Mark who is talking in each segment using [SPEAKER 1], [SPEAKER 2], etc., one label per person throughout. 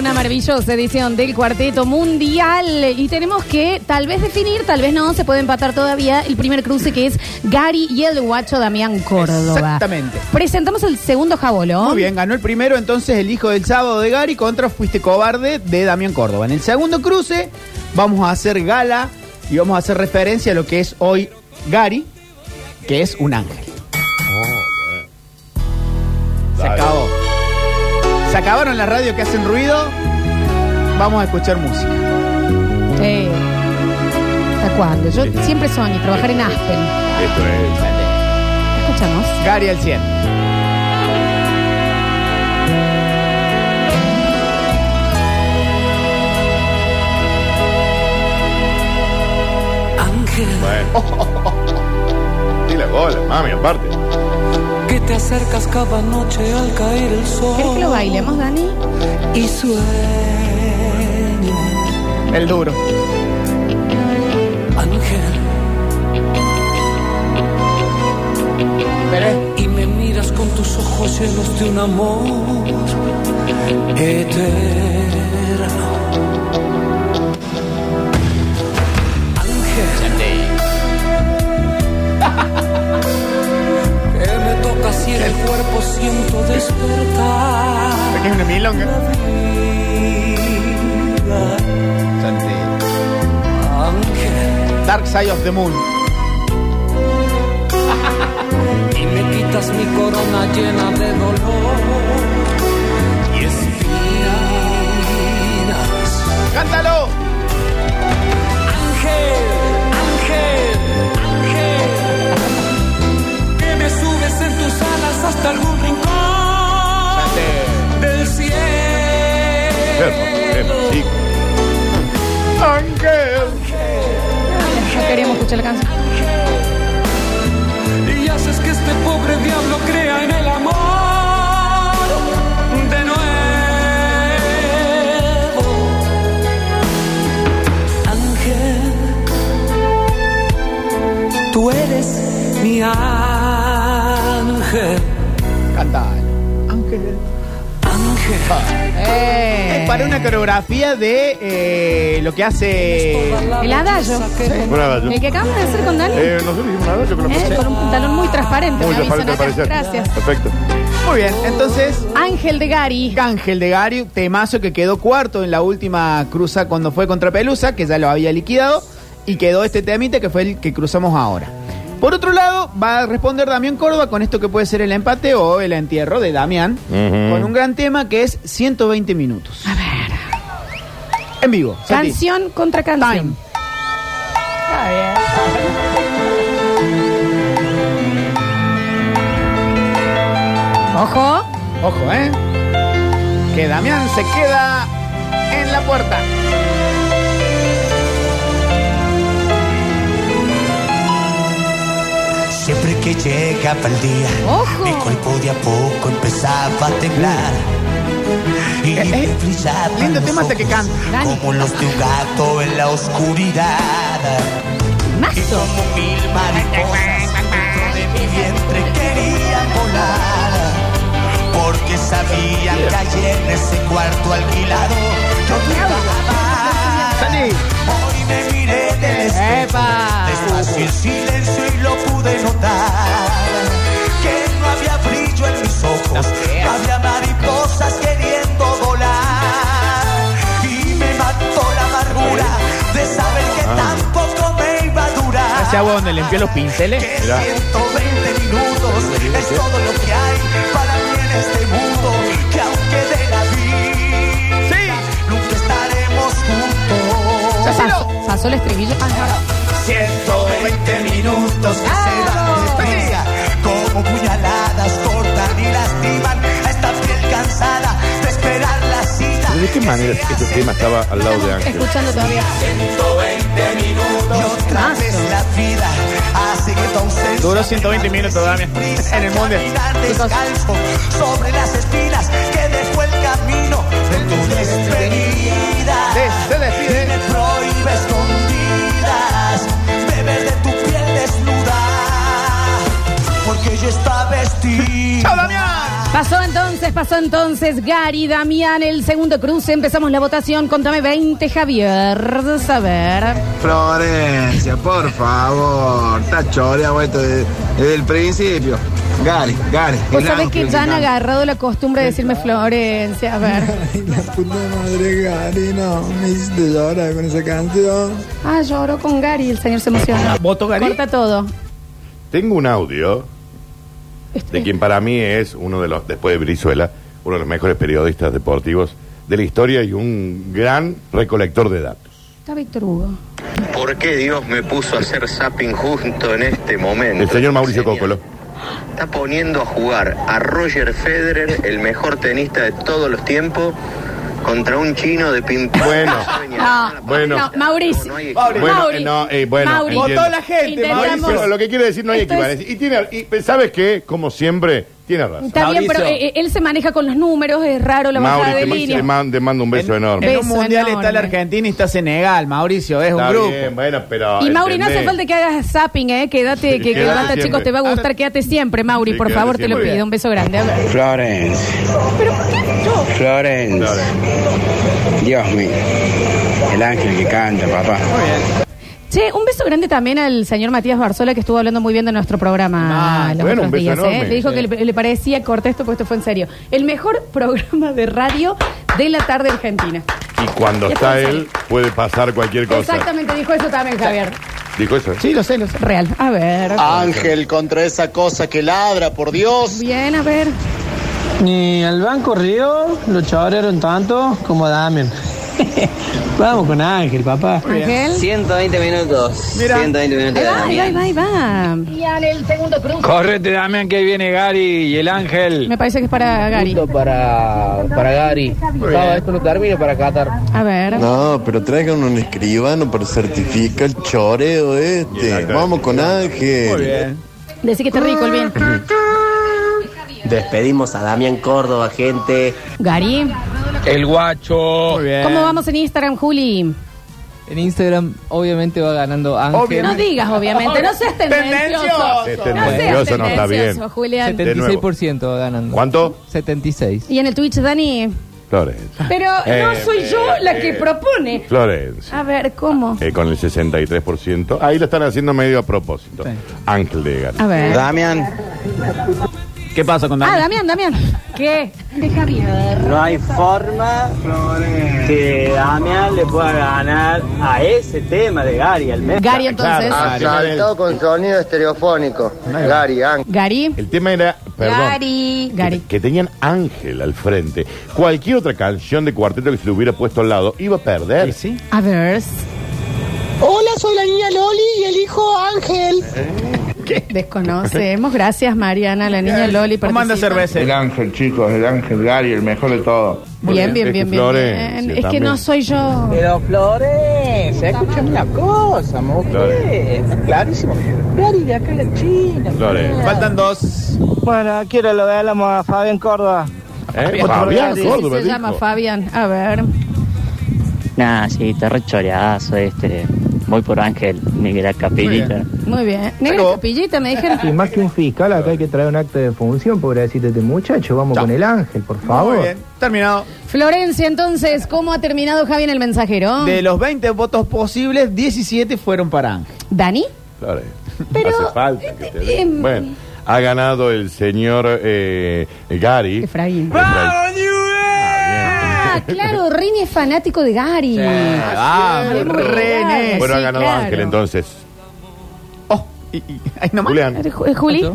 [SPEAKER 1] una maravillosa edición del Cuarteto Mundial y tenemos que tal vez definir, tal vez no, se puede empatar todavía el primer cruce que es Gary y el guacho Damián Córdoba.
[SPEAKER 2] Exactamente.
[SPEAKER 1] Presentamos el segundo jabolo.
[SPEAKER 2] Muy bien, ganó el primero entonces el hijo del sábado de Gary contra Fuiste Cobarde de Damián Córdoba. En el segundo cruce vamos a hacer gala y vamos a hacer referencia a lo que es hoy Gary, que es un ángel. Se
[SPEAKER 3] Dale.
[SPEAKER 2] acabó. Se acabaron las radios que hacen ruido. Vamos a escuchar música.
[SPEAKER 1] Sí. ¿Hasta cuándo? Yo siempre soñé trabajar en Aspen.
[SPEAKER 3] Esto es.
[SPEAKER 1] Escuchamos.
[SPEAKER 2] Gary al 100.
[SPEAKER 4] Ángel,
[SPEAKER 3] Bueno. Y la bola, mami, aparte.
[SPEAKER 4] que te acercas cada noche al caer el sol.
[SPEAKER 1] ¿Quieres que lo bailemos, Dani?
[SPEAKER 4] Y sueño,
[SPEAKER 2] El duro.
[SPEAKER 4] Ángel,
[SPEAKER 2] Pero es-
[SPEAKER 4] y me miras con tus ojos llenos de un amor eterno. Ángel, que me tocas y en el cuerpo siento despertar.
[SPEAKER 2] es una milonga.
[SPEAKER 4] vida,
[SPEAKER 2] Santi.
[SPEAKER 4] Ángel.
[SPEAKER 2] Dark Side of the Moon.
[SPEAKER 4] y me quitas mi corona llena de dolor y espinas.
[SPEAKER 2] ¡Cántalo!
[SPEAKER 4] Ángel, ángel, ángel, que me subes en tus alas hasta algún rincón
[SPEAKER 2] Santi.
[SPEAKER 4] del
[SPEAKER 3] Hermoso, hermoso,
[SPEAKER 4] cielo.
[SPEAKER 3] chico.
[SPEAKER 2] Ángel.
[SPEAKER 1] No queremos escuchar la canción.
[SPEAKER 4] Y haces que este pobre diablo crea en el amor de nuevo. Ángel, tú eres mi ángel.
[SPEAKER 2] Cántalo. Ángel.
[SPEAKER 4] Ángel,
[SPEAKER 1] Eh,
[SPEAKER 2] Es Eh, para una coreografía de eh, lo que hace.
[SPEAKER 1] El adagio.
[SPEAKER 3] Un adagio.
[SPEAKER 1] El que acabamos de hacer con Dani.
[SPEAKER 3] Eh, nosotros hicimos una noche con la
[SPEAKER 1] ¿eh? Con un pantalón muy transparente.
[SPEAKER 3] Muy
[SPEAKER 1] me avisan
[SPEAKER 3] transparente al
[SPEAKER 1] acá.
[SPEAKER 3] parecer.
[SPEAKER 1] Gracias.
[SPEAKER 3] Perfecto.
[SPEAKER 2] Muy bien, entonces.
[SPEAKER 1] Ángel de Gary.
[SPEAKER 2] Ángel de Gary, temazo que quedó cuarto en la última cruza cuando fue contra Pelusa, que ya lo había liquidado, y quedó este temita que fue el que cruzamos ahora. Por otro lado, va a responder Damián Córdoba con esto que puede ser el empate o el entierro de Damián,
[SPEAKER 3] Ujú.
[SPEAKER 2] con un gran tema que es 120 minutos.
[SPEAKER 1] A ver.
[SPEAKER 2] En vivo. Santi.
[SPEAKER 1] Canción contra
[SPEAKER 2] Time.
[SPEAKER 1] canción. Ojo.
[SPEAKER 2] Ojo, ¿eh? Que Damián se queda en la puerta.
[SPEAKER 5] Siempre que llegaba el día,
[SPEAKER 1] ¡Ojo!
[SPEAKER 5] mi cuerpo de a poco empezaba a temblar. Y
[SPEAKER 2] Eh, eh,
[SPEAKER 5] me brillaban
[SPEAKER 2] lindo
[SPEAKER 5] los
[SPEAKER 2] tema hasta que
[SPEAKER 5] ojos
[SPEAKER 2] canta.
[SPEAKER 1] Dani.
[SPEAKER 5] Como los de un gato en la oscuridad. Y
[SPEAKER 1] Mazo.
[SPEAKER 5] como mil mariposas dentro de mi vientre querían volar. Porque sabían que ayer en ese cuarto alquilado yo te iba a amar.
[SPEAKER 2] Santi.
[SPEAKER 5] Hoy me miré del
[SPEAKER 2] Eh.
[SPEAKER 5] espejo
[SPEAKER 2] ¡Epa!
[SPEAKER 5] Despacio en silencio y lo pude notar Que no había brillo en mis ojos No había mariposas queriendo volar Y me mató la amargura De saber que tampoco me iba a durar
[SPEAKER 2] Gracias a vos Ah. donde limpió los pinceles.
[SPEAKER 5] que
[SPEAKER 3] Mirá.
[SPEAKER 5] 120 minutos es todo lo que hay para mí en este mundo. Que aunque de la vida nunca estaremos juntos.
[SPEAKER 1] Pasó, pasó el estribillo. Ah,
[SPEAKER 5] 120 minutos que se van deprisa Como puñaladas cortan y lastiman a esta piel cansada de esperar la cita
[SPEAKER 3] Pero ¿De qué manera este tema estaba al lado de
[SPEAKER 1] no,
[SPEAKER 3] Ángel?
[SPEAKER 1] Escuchando todavía.
[SPEAKER 5] Y otra vez la vida hace que tu ausencia
[SPEAKER 2] Duró 120 minutos, Damián,
[SPEAKER 5] Prisa
[SPEAKER 2] en el Mundial.
[SPEAKER 5] caminar descalzo sobre las espinas que dejó el camino de tu despedida
[SPEAKER 2] Sí, se despide.
[SPEAKER 5] Y me prohíbe escondidas beber de tu piel desnuda porque yo estaba vestida
[SPEAKER 2] ¡Chao, Damián!
[SPEAKER 1] Pasó entonces, pasó entonces, Gary, Damián, el segundo cruce. Empezamos la votación. Contame 20, Javier. Saber.
[SPEAKER 6] Florencia, por favor. Está choreado esto de- desde el principio. Gary, Gary.
[SPEAKER 1] Vos
[SPEAKER 6] el
[SPEAKER 1] sabés
[SPEAKER 6] ángel
[SPEAKER 1] que ya han
[SPEAKER 6] canta.
[SPEAKER 1] agarrado la costumbre de decirme Florencia. A ver.
[SPEAKER 7] Ay, la puta madre, Gary, no. Me hiciste llorar con esa canción.
[SPEAKER 1] Ah, lloró con Gary, el señor se emocionó.
[SPEAKER 2] ¿Voto Gary?
[SPEAKER 1] Corta todo.
[SPEAKER 3] Tengo un audio de quien para mí es uno de los, después de Brizuela, uno de los mejores periodistas deportivos de la historia y un gran recolector de datos.
[SPEAKER 1] Está Víctor Hugo.
[SPEAKER 8] ¿Por qué Dios me puso a hacer zapping justo en este momento?
[SPEAKER 3] El señor Mauricio
[SPEAKER 8] Señor,
[SPEAKER 3] Cocolo.
[SPEAKER 8] Está poniendo a jugar a Roger Federer, el mejor tenista de todos los tiempos, contra un chino de ping
[SPEAKER 3] Bueno.
[SPEAKER 1] Ah, No,
[SPEAKER 3] Bueno.
[SPEAKER 1] no, Mauricio.
[SPEAKER 8] Ah, No, no hay-
[SPEAKER 2] Mauri.
[SPEAKER 3] Bueno,
[SPEAKER 1] Mauri.
[SPEAKER 3] eh, no, eh, bueno,
[SPEAKER 1] Mauri.
[SPEAKER 3] entiendo.
[SPEAKER 2] Votó la gente,
[SPEAKER 1] Intentamos-
[SPEAKER 2] Mauricio.
[SPEAKER 3] Pero lo que quiere decir no hay
[SPEAKER 1] Esto es-
[SPEAKER 3] equivalencia. Y, tiene, y ¿sabes qué? Como siempre, tiene razón.
[SPEAKER 1] Está bien,
[SPEAKER 7] Mauricio.
[SPEAKER 1] pero eh, eh, él se maneja con los números, es raro la bajada de
[SPEAKER 3] Mauricio, te,
[SPEAKER 1] línea.
[SPEAKER 3] man- te mando un beso enorme.
[SPEAKER 2] En
[SPEAKER 1] Beso
[SPEAKER 2] un mundial
[SPEAKER 1] enorme.
[SPEAKER 2] está la Argentina y está Senegal, Mauricio, es un
[SPEAKER 3] Está
[SPEAKER 2] grupo.
[SPEAKER 3] bien, bueno, pero.
[SPEAKER 1] Y Mauri, no hace
[SPEAKER 3] entendé.
[SPEAKER 1] falta que hagas zapping, ¿eh? Quédate, que,
[SPEAKER 3] Sí,
[SPEAKER 1] que
[SPEAKER 3] quédate
[SPEAKER 1] basta,
[SPEAKER 3] siempre.
[SPEAKER 1] chicos, te va a gustar. Quédate siempre, Mauri,
[SPEAKER 3] Sí,
[SPEAKER 1] por
[SPEAKER 3] quédate
[SPEAKER 1] favor, te lo
[SPEAKER 3] siempre.
[SPEAKER 1] pido. Un beso grande. A ver.
[SPEAKER 5] Florence,
[SPEAKER 1] ¿Pero por qué yo?
[SPEAKER 5] Florence,
[SPEAKER 3] Claro.
[SPEAKER 5] Dios mío, el ángel que canta, papá.
[SPEAKER 1] Che, un beso grande también al señor Matías Barzola, que estuvo hablando muy bien de nuestro programa
[SPEAKER 2] Ah,
[SPEAKER 1] los
[SPEAKER 3] bueno,
[SPEAKER 1] otros
[SPEAKER 3] un beso
[SPEAKER 1] días, ¿eh?
[SPEAKER 3] enorme.
[SPEAKER 1] Le dijo
[SPEAKER 3] Sí.
[SPEAKER 1] que le, le parecía, corta esto, pues esto fue en serio, el mejor programa de radio de la tarde argentina.
[SPEAKER 3] Y cuando
[SPEAKER 1] Ya
[SPEAKER 3] está
[SPEAKER 1] está,
[SPEAKER 3] él, puede pasar cualquier cosa.
[SPEAKER 1] Exactamente, dijo eso también, Javier.
[SPEAKER 3] Dijo eso. ¿eh?
[SPEAKER 2] Sí, lo sé, lo sé.
[SPEAKER 1] Real. A ver.
[SPEAKER 5] Ah.
[SPEAKER 9] Ángel contra esa cosa que ladra, por Dios.
[SPEAKER 1] Bien, a ver.
[SPEAKER 10] Ni al Banco Río lo chorearon tanto como a Damian. Vamos con Ángel, papá.
[SPEAKER 1] Ángel.
[SPEAKER 5] 120 minutos.
[SPEAKER 2] Mira.
[SPEAKER 5] 120 minutos.
[SPEAKER 1] Ahí va, ahí va, ahí va, ahí va.
[SPEAKER 10] Correte, Damian, que ahí viene Gary y el Ángel.
[SPEAKER 1] Me parece que es para Gary.
[SPEAKER 5] Para, para Gary. No, esto no termina para Qatar.
[SPEAKER 1] A ver.
[SPEAKER 9] No, pero traigan un escribano para certificar el choreo este. Vamos con Ángel.
[SPEAKER 2] Muy bien.
[SPEAKER 1] Decí que está rico el bien.
[SPEAKER 5] Despedimos a Damián Córdoba, gente. Eh.
[SPEAKER 1] Gary.
[SPEAKER 10] El guacho.
[SPEAKER 2] Muy bien.
[SPEAKER 1] ¿Cómo vamos en Instagram, Juli?
[SPEAKER 10] En Instagram, obviamente, va ganando
[SPEAKER 2] Ángel.
[SPEAKER 1] No digas, obviamente. No seas tendencioso.
[SPEAKER 2] Tendencioso.
[SPEAKER 3] Es
[SPEAKER 1] No seas
[SPEAKER 3] tendencioso, no está bien.
[SPEAKER 1] tendencioso, Julián.
[SPEAKER 3] De nuevo.
[SPEAKER 10] va ganando.
[SPEAKER 3] ¿Cuánto?
[SPEAKER 10] 76.
[SPEAKER 1] Y en el Twitch, Dani.
[SPEAKER 3] Florencia.
[SPEAKER 1] Pero no
[SPEAKER 3] Eh,
[SPEAKER 1] soy yo la que propone.
[SPEAKER 3] Florencia.
[SPEAKER 1] A ver, ¿cómo?
[SPEAKER 3] Eh, con el 63%. Ahí lo están haciendo medio a propósito.
[SPEAKER 2] Sí.
[SPEAKER 3] Ángel de Gary.
[SPEAKER 1] A ver.
[SPEAKER 5] Damián,
[SPEAKER 2] ¿Qué pasa con
[SPEAKER 1] Ah,
[SPEAKER 2] Damián?
[SPEAKER 1] Damián, Damián. ¿Qué?
[SPEAKER 5] no hay forma que Damián le pueda ganar a ese tema de Gary, al menos.
[SPEAKER 1] Gary, entonces.
[SPEAKER 3] Claro, claro.
[SPEAKER 9] con sonido estereofónico. Gary, Ángel.
[SPEAKER 1] Gary.
[SPEAKER 3] El tema era, perdón,
[SPEAKER 1] Gary.
[SPEAKER 3] que-
[SPEAKER 1] Gary.
[SPEAKER 3] Que, tenían Ángel al frente. Cualquier otra canción de cuarteto que se le hubiera puesto al lado iba a perder.
[SPEAKER 2] Sí, sí.
[SPEAKER 1] A ver.
[SPEAKER 9] Hola, soy la niña Loli y el hijo Ángel.
[SPEAKER 1] Desconocemos. Gracias, Mariana, la niña Loli.
[SPEAKER 2] ¿Cómo manda
[SPEAKER 1] participa.
[SPEAKER 2] cerveza?
[SPEAKER 6] ángel, chicos, el ángel Gary, el mejor de todos.
[SPEAKER 1] Bien, bien,
[SPEAKER 3] Es
[SPEAKER 1] bien,
[SPEAKER 3] que
[SPEAKER 1] bien.
[SPEAKER 3] Florencia
[SPEAKER 1] bien. Es que
[SPEAKER 3] también.
[SPEAKER 1] no soy yo.
[SPEAKER 5] Pero Flores, escúchame una cosa, me gusta. Clarísimo. Gary de acá la China.
[SPEAKER 3] Florencia.
[SPEAKER 1] Eh,
[SPEAKER 2] Faltan dos.
[SPEAKER 10] Bueno, quiero lo veamos a Fabián Córdoba.
[SPEAKER 3] ¿Eh?
[SPEAKER 2] Fabián.
[SPEAKER 3] Fabián
[SPEAKER 1] Sí,
[SPEAKER 3] Córdoba
[SPEAKER 1] se
[SPEAKER 3] dijo.
[SPEAKER 1] llama Fabián. A ver.
[SPEAKER 5] Nah, sí, está rechoreazo este. Voy por Ángel, ni que la capillita.
[SPEAKER 1] Muy bien. Negra
[SPEAKER 2] Acabó.
[SPEAKER 1] Capillita, me dijeron.
[SPEAKER 10] más que un fiscal, acá hay que traer un acta de función, pobrecito este muchacho. Vamos
[SPEAKER 2] Ya. con
[SPEAKER 10] el Ángel, por
[SPEAKER 2] Muy bien. Terminado.
[SPEAKER 1] Florencia, entonces, ¿cómo ha terminado Javier el mensajero?
[SPEAKER 2] De los 20 votos posibles, 17 fueron para Ángel.
[SPEAKER 1] ¿Dani?
[SPEAKER 3] Florencia.
[SPEAKER 1] Pero-
[SPEAKER 3] Hace falta que te dé.
[SPEAKER 1] Em-
[SPEAKER 3] Bueno, ha ganado el señor eh, Gary.
[SPEAKER 1] Efraín.
[SPEAKER 3] Efraín.
[SPEAKER 1] Ah, claro, Rini es fanático de Gary.
[SPEAKER 2] Ah,
[SPEAKER 1] Muy
[SPEAKER 2] René.
[SPEAKER 1] raro.
[SPEAKER 3] Bueno, ha
[SPEAKER 1] Eh, Sí,
[SPEAKER 3] ganado
[SPEAKER 1] claro.
[SPEAKER 3] Ángel entonces.
[SPEAKER 2] Oh, y, y, ahí nomás.
[SPEAKER 3] Julián.
[SPEAKER 1] Eh, Ju- Juli,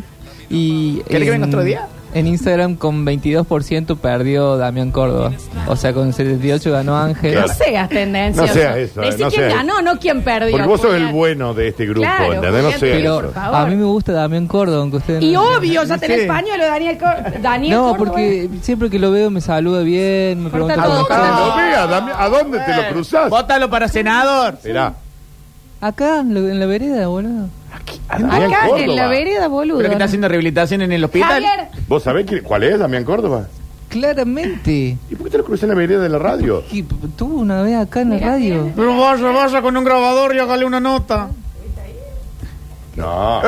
[SPEAKER 10] Y
[SPEAKER 2] ¿Querés que
[SPEAKER 10] en-
[SPEAKER 2] venga otro día?
[SPEAKER 10] En Instagram con 22% perdió Damián Córdoba. O sea, con 78 ganó Ángel.
[SPEAKER 1] no
[SPEAKER 3] Claro.
[SPEAKER 1] seas tendencia.
[SPEAKER 3] No seas eso, eh,
[SPEAKER 1] Decí
[SPEAKER 3] no
[SPEAKER 1] quién
[SPEAKER 3] seas
[SPEAKER 1] ganó, no quién perdió.
[SPEAKER 3] Porque vos sos el
[SPEAKER 1] Julián.
[SPEAKER 3] bueno de este grupo,
[SPEAKER 1] Claro,
[SPEAKER 3] ¿entendés? No
[SPEAKER 1] Julián,
[SPEAKER 3] sé
[SPEAKER 1] pero-
[SPEAKER 3] eso.
[SPEAKER 10] Pero a mí me gusta Damián Córdoba, aunque usted
[SPEAKER 1] Y
[SPEAKER 10] no...
[SPEAKER 1] obvio, ya
[SPEAKER 2] No
[SPEAKER 1] tenés
[SPEAKER 2] sé.
[SPEAKER 1] pañuelo, Daniel, Cor- Daniel
[SPEAKER 10] No,
[SPEAKER 1] Córdoba.
[SPEAKER 10] porque siempre que lo veo me saluda bien, me
[SPEAKER 1] Corta
[SPEAKER 10] pregunta
[SPEAKER 1] todo,
[SPEAKER 10] cómo
[SPEAKER 3] ¿A dónde
[SPEAKER 10] está.
[SPEAKER 3] lo ve? ¿A dami- ¿A dónde te lo cruzás?
[SPEAKER 2] Vótalo para senador.
[SPEAKER 3] Mirá,
[SPEAKER 10] Acá, en lo- en la vereda, boludo.
[SPEAKER 3] Damián
[SPEAKER 1] Acá en la
[SPEAKER 3] Córdoba.
[SPEAKER 1] vereda, boludo.
[SPEAKER 2] Pero que está haciendo rehabilitación en el hospital.
[SPEAKER 1] Javier,
[SPEAKER 3] ¿Vos sabés quién- cuál es Damián Córdoba?
[SPEAKER 10] Claramente.
[SPEAKER 3] ¿Y por qué te lo crucé en la vereda de la radio?
[SPEAKER 10] Que p- Tuvo una vez acá en la radio.
[SPEAKER 2] Pero vaya, vaya con un grabador y hágale una nota.
[SPEAKER 3] No.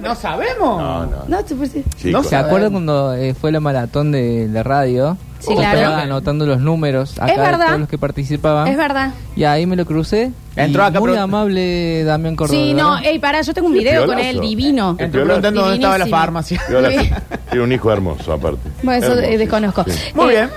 [SPEAKER 2] no sabemos.
[SPEAKER 3] No, no.
[SPEAKER 1] No, te parece-
[SPEAKER 3] Chicos.
[SPEAKER 11] ¿Se acuerdan cuando eh, fue la maratón de la radio?
[SPEAKER 1] Sí,
[SPEAKER 11] Yo
[SPEAKER 1] claro.
[SPEAKER 11] Estaba anotando los números acá de
[SPEAKER 1] verdad.
[SPEAKER 11] todos los que participaban.
[SPEAKER 10] Ah,
[SPEAKER 1] Es verdad.
[SPEAKER 11] Y ahí me lo crucé.
[SPEAKER 2] Entró
[SPEAKER 11] y
[SPEAKER 2] acá,
[SPEAKER 11] Muy
[SPEAKER 2] pero-
[SPEAKER 11] amable Damián Córdoba.
[SPEAKER 1] Sí, no,
[SPEAKER 11] ¿verdad?
[SPEAKER 1] ey, pará, yo tengo un
[SPEAKER 11] Qué
[SPEAKER 1] video con
[SPEAKER 11] piolazo.
[SPEAKER 1] él, divino.
[SPEAKER 3] Qué piolazo.
[SPEAKER 2] Preguntando dónde estaba la
[SPEAKER 1] Divinísimo.
[SPEAKER 2] farmacia.
[SPEAKER 3] Yo la-
[SPEAKER 1] Sí.
[SPEAKER 3] Tiene un hijo hermoso, aparte.
[SPEAKER 1] Bueno, eso
[SPEAKER 3] Hermoso.
[SPEAKER 1] eh, desconozco.
[SPEAKER 3] Sí.
[SPEAKER 2] Muy
[SPEAKER 1] Eh,
[SPEAKER 2] bien.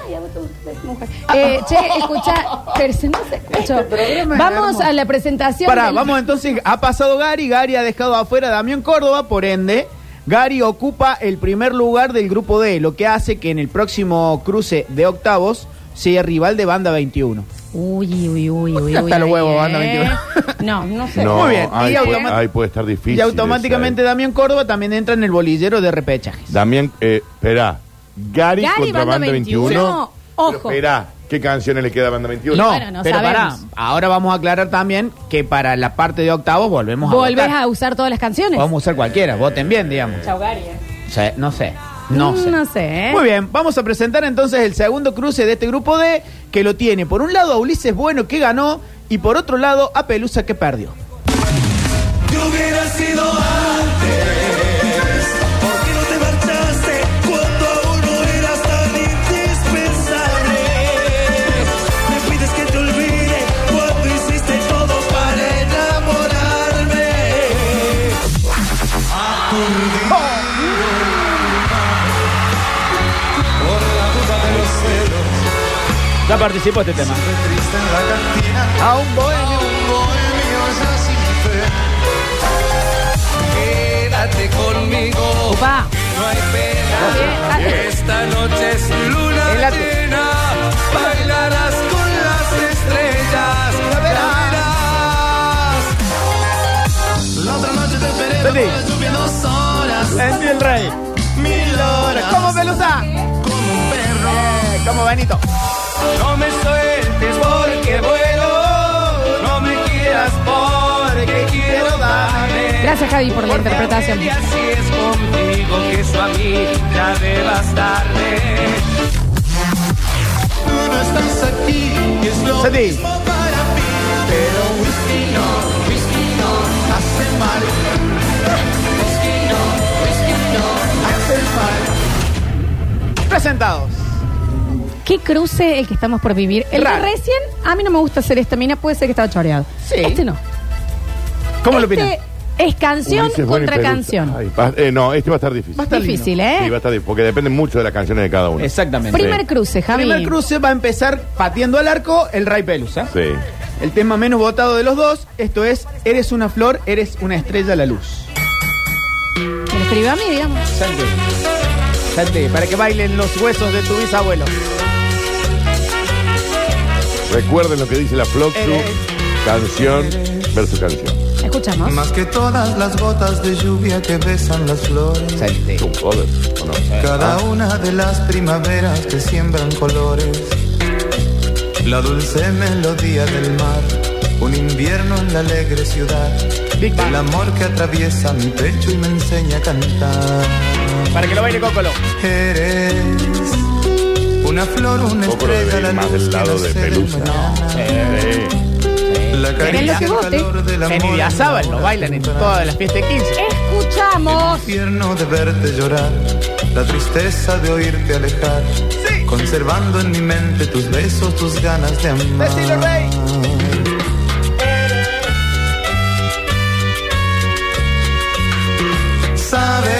[SPEAKER 1] Eh, che, escucha, pero se- no se escuchó.
[SPEAKER 2] es
[SPEAKER 1] Vamos
[SPEAKER 2] hermoso.
[SPEAKER 1] a la presentación.
[SPEAKER 2] Pará,
[SPEAKER 1] del-
[SPEAKER 2] vamos entonces. Ha pasado Gary, Gary ha dejado afuera a Damián Córdoba, por ende, Gary ocupa el primer lugar del grupo D, lo que hace que en el próximo cruce de octavos sea rival de banda 21.
[SPEAKER 1] Uy, uy, uy, uy.
[SPEAKER 2] Ya
[SPEAKER 1] uy,
[SPEAKER 2] está el
[SPEAKER 1] ahí,
[SPEAKER 2] huevo,
[SPEAKER 1] eh.
[SPEAKER 2] banda 21.
[SPEAKER 1] No, no sé.
[SPEAKER 3] No,
[SPEAKER 2] Muy bien, y
[SPEAKER 3] Ahí, puede,
[SPEAKER 2] automa-
[SPEAKER 3] ahí puede estar difícil.
[SPEAKER 2] y automáticamente
[SPEAKER 3] esa,
[SPEAKER 2] Damián Córdoba también entra en el bolillero de repechaje.
[SPEAKER 3] eh. Damián, eh, espera. Gary, contra Banda 21. Pero
[SPEAKER 1] Ojo.
[SPEAKER 3] Espera, ¿qué canciones le queda a Banda 21?
[SPEAKER 2] No,
[SPEAKER 1] bueno, no
[SPEAKER 2] pero
[SPEAKER 1] sabemos.
[SPEAKER 2] pará, ahora vamos a aclarar también que para la parte de octavos volvemos a
[SPEAKER 1] Volvés
[SPEAKER 2] votar.
[SPEAKER 1] a usar todas las canciones.
[SPEAKER 2] Vamos a usar cualquiera, voten bien, digamos.
[SPEAKER 1] Chau, Gary. eh.
[SPEAKER 2] Se- no sé, no
[SPEAKER 1] Mm,
[SPEAKER 2] sé.
[SPEAKER 1] No sé. eh.
[SPEAKER 2] Muy bien, vamos a presentar entonces el segundo cruce de este grupo D, que lo tiene por un lado a Ulises Bueno que ganó y por otro lado a Pelusa que perdió.
[SPEAKER 12] ¿Qué hubiera sido antes? ¿Por qué no te marchaste cuando aún no eras tan indispensable? Me pides que te olvide cuando hiciste todo para enamorarme. Aturdido por la duda de los celos,
[SPEAKER 2] Ya participó este tema.
[SPEAKER 12] triste en la cantina.
[SPEAKER 2] A un bohemio.
[SPEAKER 12] bohemio ya sin fe. Quédate conmigo.
[SPEAKER 1] Opa.
[SPEAKER 12] No hay pena.
[SPEAKER 1] Bien, dale.
[SPEAKER 12] Esta noche es luna
[SPEAKER 2] Adelante.
[SPEAKER 12] llena. Bailarás con las estrellas. La
[SPEAKER 2] ah.
[SPEAKER 12] verás. La otra noche te esperé
[SPEAKER 2] Vení.
[SPEAKER 12] bajo la lluvia dos horas.
[SPEAKER 2] Andy el Rey.
[SPEAKER 12] Mil horas.
[SPEAKER 2] ¿Cómo Pelusa?
[SPEAKER 12] Como un perro.
[SPEAKER 2] Como Benito.
[SPEAKER 12] No me sueltes porque vuelo. No me quieras porque quiero darme.
[SPEAKER 1] Gracias, Javi, por la interpretación.
[SPEAKER 12] Y así es contigo que eso a mí ya debe bastarme. Tú no estás aquí y es lo
[SPEAKER 2] Santi.
[SPEAKER 12] mismo para mí. Pero whisky no, whisky no hace mal. Whisky no, whisky no hace mal.
[SPEAKER 2] Presentados.
[SPEAKER 1] ¿Qué cruce el que estamos por vivir? El
[SPEAKER 2] Raro.
[SPEAKER 1] de recién, a mí no me gusta hacer esta mina, puede ser que estaba choreado.
[SPEAKER 2] Sí.
[SPEAKER 1] Este no.
[SPEAKER 2] ¿Cómo lo
[SPEAKER 1] Este
[SPEAKER 2] opinan?
[SPEAKER 1] es canción
[SPEAKER 3] Ulises, bueno, y
[SPEAKER 1] contra
[SPEAKER 3] Pelusa.
[SPEAKER 1] canción.
[SPEAKER 3] Ay, va- eh, no, este va a estar difícil.
[SPEAKER 2] Va a estar
[SPEAKER 1] Difícil,
[SPEAKER 2] lindo.
[SPEAKER 1] ¿eh?
[SPEAKER 3] Sí, va a estar difícil, porque depende mucho de las canciones de cada uno.
[SPEAKER 2] Exactamente.
[SPEAKER 1] Primer
[SPEAKER 3] Sí.
[SPEAKER 1] cruce, Javi.
[SPEAKER 2] Primer cruce va a empezar pateando al arco el Ray Pelusa.
[SPEAKER 3] Sí.
[SPEAKER 2] El tema menos votado de los dos, esto es Eres una flor, eres una estrella a la luz.
[SPEAKER 1] Me lo escribió a mí, digamos.
[SPEAKER 2] Santi. Santi, para que bailen los huesos de tu bisabuelo.
[SPEAKER 3] Recuerden lo que dice la Floxu,
[SPEAKER 2] Eres-
[SPEAKER 3] canción versus canción.
[SPEAKER 1] Escuchamos.
[SPEAKER 12] Más que todas las gotas de lluvia que besan las flores.
[SPEAKER 2] Santi.
[SPEAKER 3] Es un cover, ¿o no?
[SPEAKER 12] Cada una de las primaveras que siembran colores. La dulce melodía del mar. Un invierno en la alegre ciudad.
[SPEAKER 2] Big Bang.
[SPEAKER 12] El amor que atraviesa mi pecho y me enseña a cantar.
[SPEAKER 2] Para que lo baile Cocolo.
[SPEAKER 12] Eres una flor, una
[SPEAKER 3] Cocolo debe
[SPEAKER 12] estrella,
[SPEAKER 3] ir
[SPEAKER 12] la
[SPEAKER 3] más
[SPEAKER 12] luz
[SPEAKER 3] del
[SPEAKER 12] que
[SPEAKER 3] lado
[SPEAKER 12] nace
[SPEAKER 3] de
[SPEAKER 12] del
[SPEAKER 3] Pelusa.
[SPEAKER 12] mañana.
[SPEAKER 3] Sí.
[SPEAKER 12] La caricia,
[SPEAKER 1] que eh.
[SPEAKER 12] el
[SPEAKER 1] vote.
[SPEAKER 12] calor del amor.
[SPEAKER 2] En Idiazábal lo bailan en todas las fiestas de 15.
[SPEAKER 1] Escuchamos.
[SPEAKER 12] infierno de verte llorar, la tristeza de oírte alejar, conservando en mi mente tus besos, tus ganas de amar.
[SPEAKER 2] Decilo, Rey.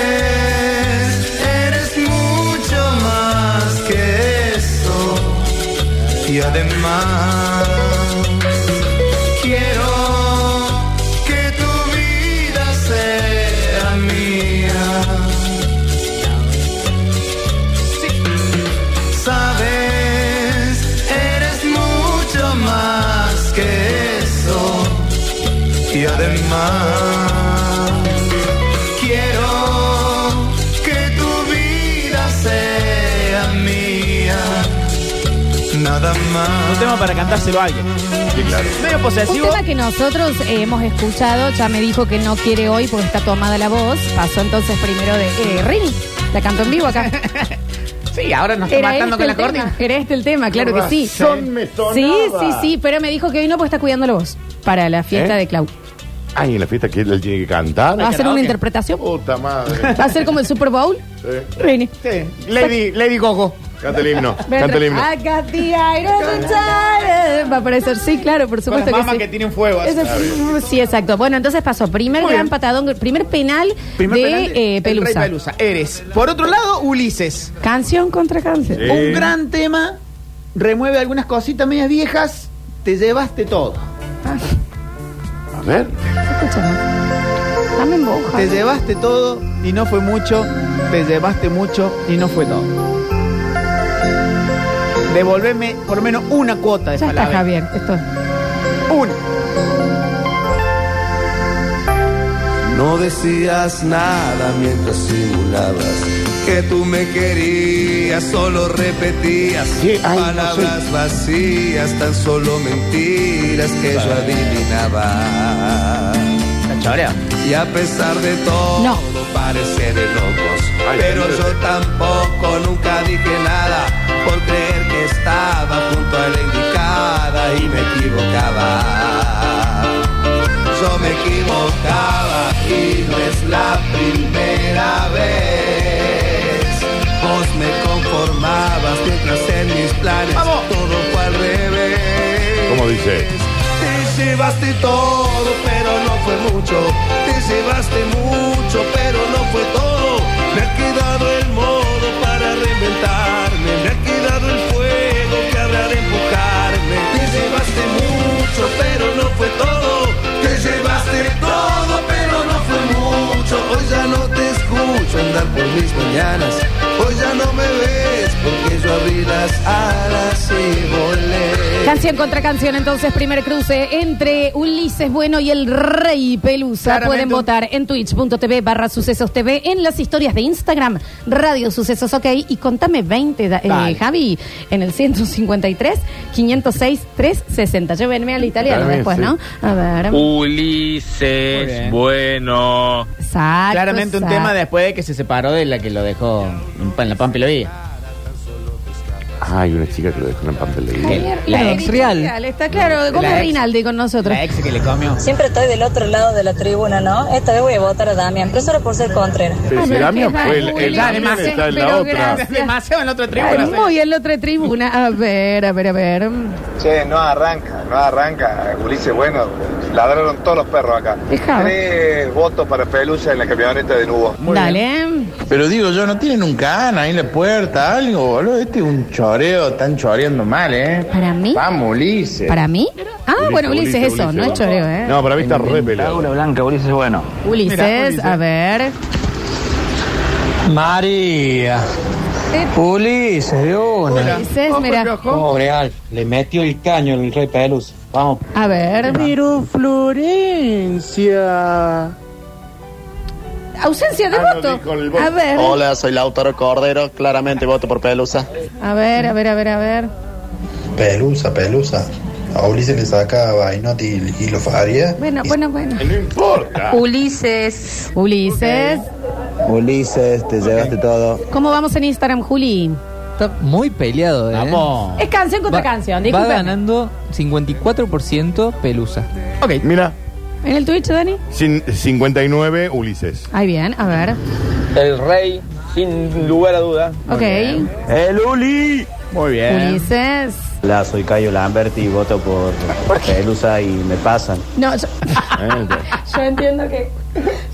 [SPEAKER 12] Sabes, eres mucho más que eso y además quiero que tu vida sea mía. Sabes, eres mucho más que eso. Y además, quiero que tu vida sea mía. Nada
[SPEAKER 2] Un
[SPEAKER 12] más.
[SPEAKER 2] tema para cantárselo a alguien.
[SPEAKER 3] Sí, claro.
[SPEAKER 2] Medio
[SPEAKER 1] Un
[SPEAKER 2] posesivo.
[SPEAKER 1] tema que nosotros eh, hemos escuchado, ya me dijo que no quiere hoy porque está tomada la voz. Pasó entonces primero de eh, Rini, la cantó en vivo acá.
[SPEAKER 2] Sí, ahora nos está
[SPEAKER 1] Era
[SPEAKER 2] matando
[SPEAKER 1] este,
[SPEAKER 2] con la
[SPEAKER 1] el tema,
[SPEAKER 2] cortina.
[SPEAKER 1] era este el tema, claro que sí.
[SPEAKER 3] Con razón me sonaba.
[SPEAKER 1] Sí, sí, sí, pero me dijo que hoy no, pues está cuidando la voz para la fiesta
[SPEAKER 3] ¿Eh?
[SPEAKER 1] de Clau.
[SPEAKER 3] Ay, en la fiesta que él tiene que cantar.
[SPEAKER 1] ¿Va a hacer una interpretación?
[SPEAKER 3] Puta madre.
[SPEAKER 1] ¿Va a ser como el Super Bowl?
[SPEAKER 3] Sí.
[SPEAKER 1] Reini.
[SPEAKER 2] Lady, Lady Gogo.
[SPEAKER 3] Canta el himno.
[SPEAKER 1] Ven,
[SPEAKER 3] Canta el himno.
[SPEAKER 1] I got the iron inside. Va a aparecer, sí, claro, por
[SPEAKER 2] Con
[SPEAKER 1] supuesto
[SPEAKER 2] las
[SPEAKER 1] que
[SPEAKER 2] mamas
[SPEAKER 1] sí.
[SPEAKER 2] que tienen fuego. así.
[SPEAKER 1] Ese- mm, sí, exacto. Bueno, entonces pasó. Primer
[SPEAKER 2] Muy
[SPEAKER 1] gran
[SPEAKER 2] bien.
[SPEAKER 1] patadón, primer penal
[SPEAKER 2] Primer
[SPEAKER 1] de
[SPEAKER 2] penal de-
[SPEAKER 1] eh,
[SPEAKER 2] del Rey
[SPEAKER 1] Pelusa.
[SPEAKER 2] Pelusa. Eres. Por otro lado, Ulises.
[SPEAKER 1] Canción contra canción.
[SPEAKER 3] Sí.
[SPEAKER 2] Un gran tema, remueve algunas cositas medias viejas, te llevaste todo.
[SPEAKER 3] A ver.
[SPEAKER 1] Ah, Escúchame. Dame en boca.
[SPEAKER 2] Te llevaste todo y no fue mucho, te llevaste mucho y no fue todo. Devolveme por lo menos una cuota de
[SPEAKER 1] Ya está,
[SPEAKER 2] palabra.
[SPEAKER 1] Javier. Esto.
[SPEAKER 2] Una.
[SPEAKER 12] No decías nada mientras simulabas que tú me querías, solo repetías palabras vacías, tan solo mentiras que yo adivinaba. Y a pesar de todo,
[SPEAKER 1] No.
[SPEAKER 12] parece de locos. pero yo tampoco nunca dije nada por creer que estaba junto a la indicada y me equivocaba. Yo me equivocaba y no es la primera vez. Vos me conformabas mientras en mis planes todo fue al revés.
[SPEAKER 3] ¿Cómo dice?
[SPEAKER 12] Te llevaste todo, pero no fue mucho. Te llevaste mucho, pero no fue todo. Me ha quedado el modo para reinventarme. Me ha quedado el fuego que habrá de empujarme. Te llevaste mucho, pero no fue todo. Te llevaste todo, pero no fue mucho. Hoy ya no te escucho andar por mis mañanas. Hoy ya no me ves porque yo abrí las alas y volé.
[SPEAKER 1] Canción contra canción, entonces, primer cruce entre Ulises Bueno y el Rey Pelusa.
[SPEAKER 2] Claramente
[SPEAKER 1] Pueden
[SPEAKER 2] un-
[SPEAKER 1] votar en twitch.tv barra sucesos TV, en las historias de Instagram, Radio Sucesos OK. Y contame 20, da- eh,
[SPEAKER 2] Dale.
[SPEAKER 1] Javi, en el 153 506 360. Llévenme al italiano
[SPEAKER 3] Claramente,
[SPEAKER 1] después,
[SPEAKER 3] sí.
[SPEAKER 1] ¿no? A ver.
[SPEAKER 2] Uh,
[SPEAKER 13] Ulises,
[SPEAKER 2] Muy bien.
[SPEAKER 13] bueno.
[SPEAKER 1] Exacto,
[SPEAKER 2] Claramente un
[SPEAKER 1] exacto.
[SPEAKER 2] tema después de que se separó de la que lo dejó en en la Pampa y lo vi.
[SPEAKER 3] Ay, una chica que lo dejó en el papel de
[SPEAKER 1] Javier,
[SPEAKER 3] vida.
[SPEAKER 11] La
[SPEAKER 1] Javier
[SPEAKER 11] ex Real.
[SPEAKER 1] Real, Está claro, como
[SPEAKER 2] La ex-
[SPEAKER 1] Rinaldi con nosotros.
[SPEAKER 2] La ex que le comió.
[SPEAKER 14] Siempre estoy del otro lado de la tribuna, ¿no? Esta vez voy a votar a Damián, pero solo por ser Contreras.
[SPEAKER 3] Pero si
[SPEAKER 1] pero
[SPEAKER 3] Damián
[SPEAKER 1] qué
[SPEAKER 3] fue el,
[SPEAKER 1] raro,
[SPEAKER 3] el
[SPEAKER 1] Julián,
[SPEAKER 3] Damián
[SPEAKER 1] pero
[SPEAKER 3] está en la otra.
[SPEAKER 1] gracias.
[SPEAKER 2] Demasiado en la otra
[SPEAKER 1] Ay,
[SPEAKER 2] tribuna.
[SPEAKER 1] Muy en la otra tribuna. A ver, a ver, a ver.
[SPEAKER 6] Che, no arranca, no arranca. Ulises, bueno, ladraron todos los perros acá.
[SPEAKER 1] Dejá.
[SPEAKER 6] Tres votos Eh, para Pelusa en la camioneta de Nubo.
[SPEAKER 1] Dale.
[SPEAKER 9] Pero digo yo, no tienen un can ahí en la puerta, algo, boludo. Este es un choreo, están choreando mal, ¿eh?
[SPEAKER 1] ¿Para mí?
[SPEAKER 9] Vamos, Ulises.
[SPEAKER 1] ¿Para mí? Ah, bueno, Ulises, eso, no es choreo, ¿eh?
[SPEAKER 3] No, para mí está re pelado.
[SPEAKER 5] Laura Blanca, Ulises, bueno.
[SPEAKER 1] Ulises,
[SPEAKER 5] Mirá, Ulises.
[SPEAKER 1] a ver.
[SPEAKER 10] María. Ulises, de una.
[SPEAKER 1] Ulises, mira.
[SPEAKER 10] Pobre Alf, le metió el caño el rey Pelus. Vamos.
[SPEAKER 1] A ver.
[SPEAKER 10] Pero Florencia.
[SPEAKER 1] Ausencia de
[SPEAKER 10] Ah, no, dijo el voto.
[SPEAKER 1] voto. A ver.
[SPEAKER 15] Hola, soy Lautaro Cordero, claramente voto por Pelusa.
[SPEAKER 1] A ver, a ver, a ver, a ver.
[SPEAKER 16] Pelusa, pelusa. A Ulises le saca Bainot y, y lo faría.
[SPEAKER 1] Bueno, bueno, bueno.
[SPEAKER 3] No importa.
[SPEAKER 1] Ulises. Ulises.
[SPEAKER 11] Ulises, te llevaste todo.
[SPEAKER 1] ¿Cómo vamos en Instagram, Juli?
[SPEAKER 11] Está muy peleado, ¿eh?
[SPEAKER 2] Vamos.
[SPEAKER 1] Es canción contra canción,
[SPEAKER 11] Va
[SPEAKER 1] disculpen.
[SPEAKER 11] ganando 54% Pelusa.
[SPEAKER 2] Ok.
[SPEAKER 3] Mira,
[SPEAKER 1] ¿En el Twitch, Dani?
[SPEAKER 3] cin- 59 Ulises.
[SPEAKER 1] Ahí bien, a ver.
[SPEAKER 5] El rey, sin lugar a duda.
[SPEAKER 1] Ok.
[SPEAKER 5] El Uli.
[SPEAKER 2] Muy
[SPEAKER 1] Ulises.
[SPEAKER 5] La soy Cayo Lambert y voto por Pelusa y me pasan.
[SPEAKER 1] No, yo, yo entiendo que.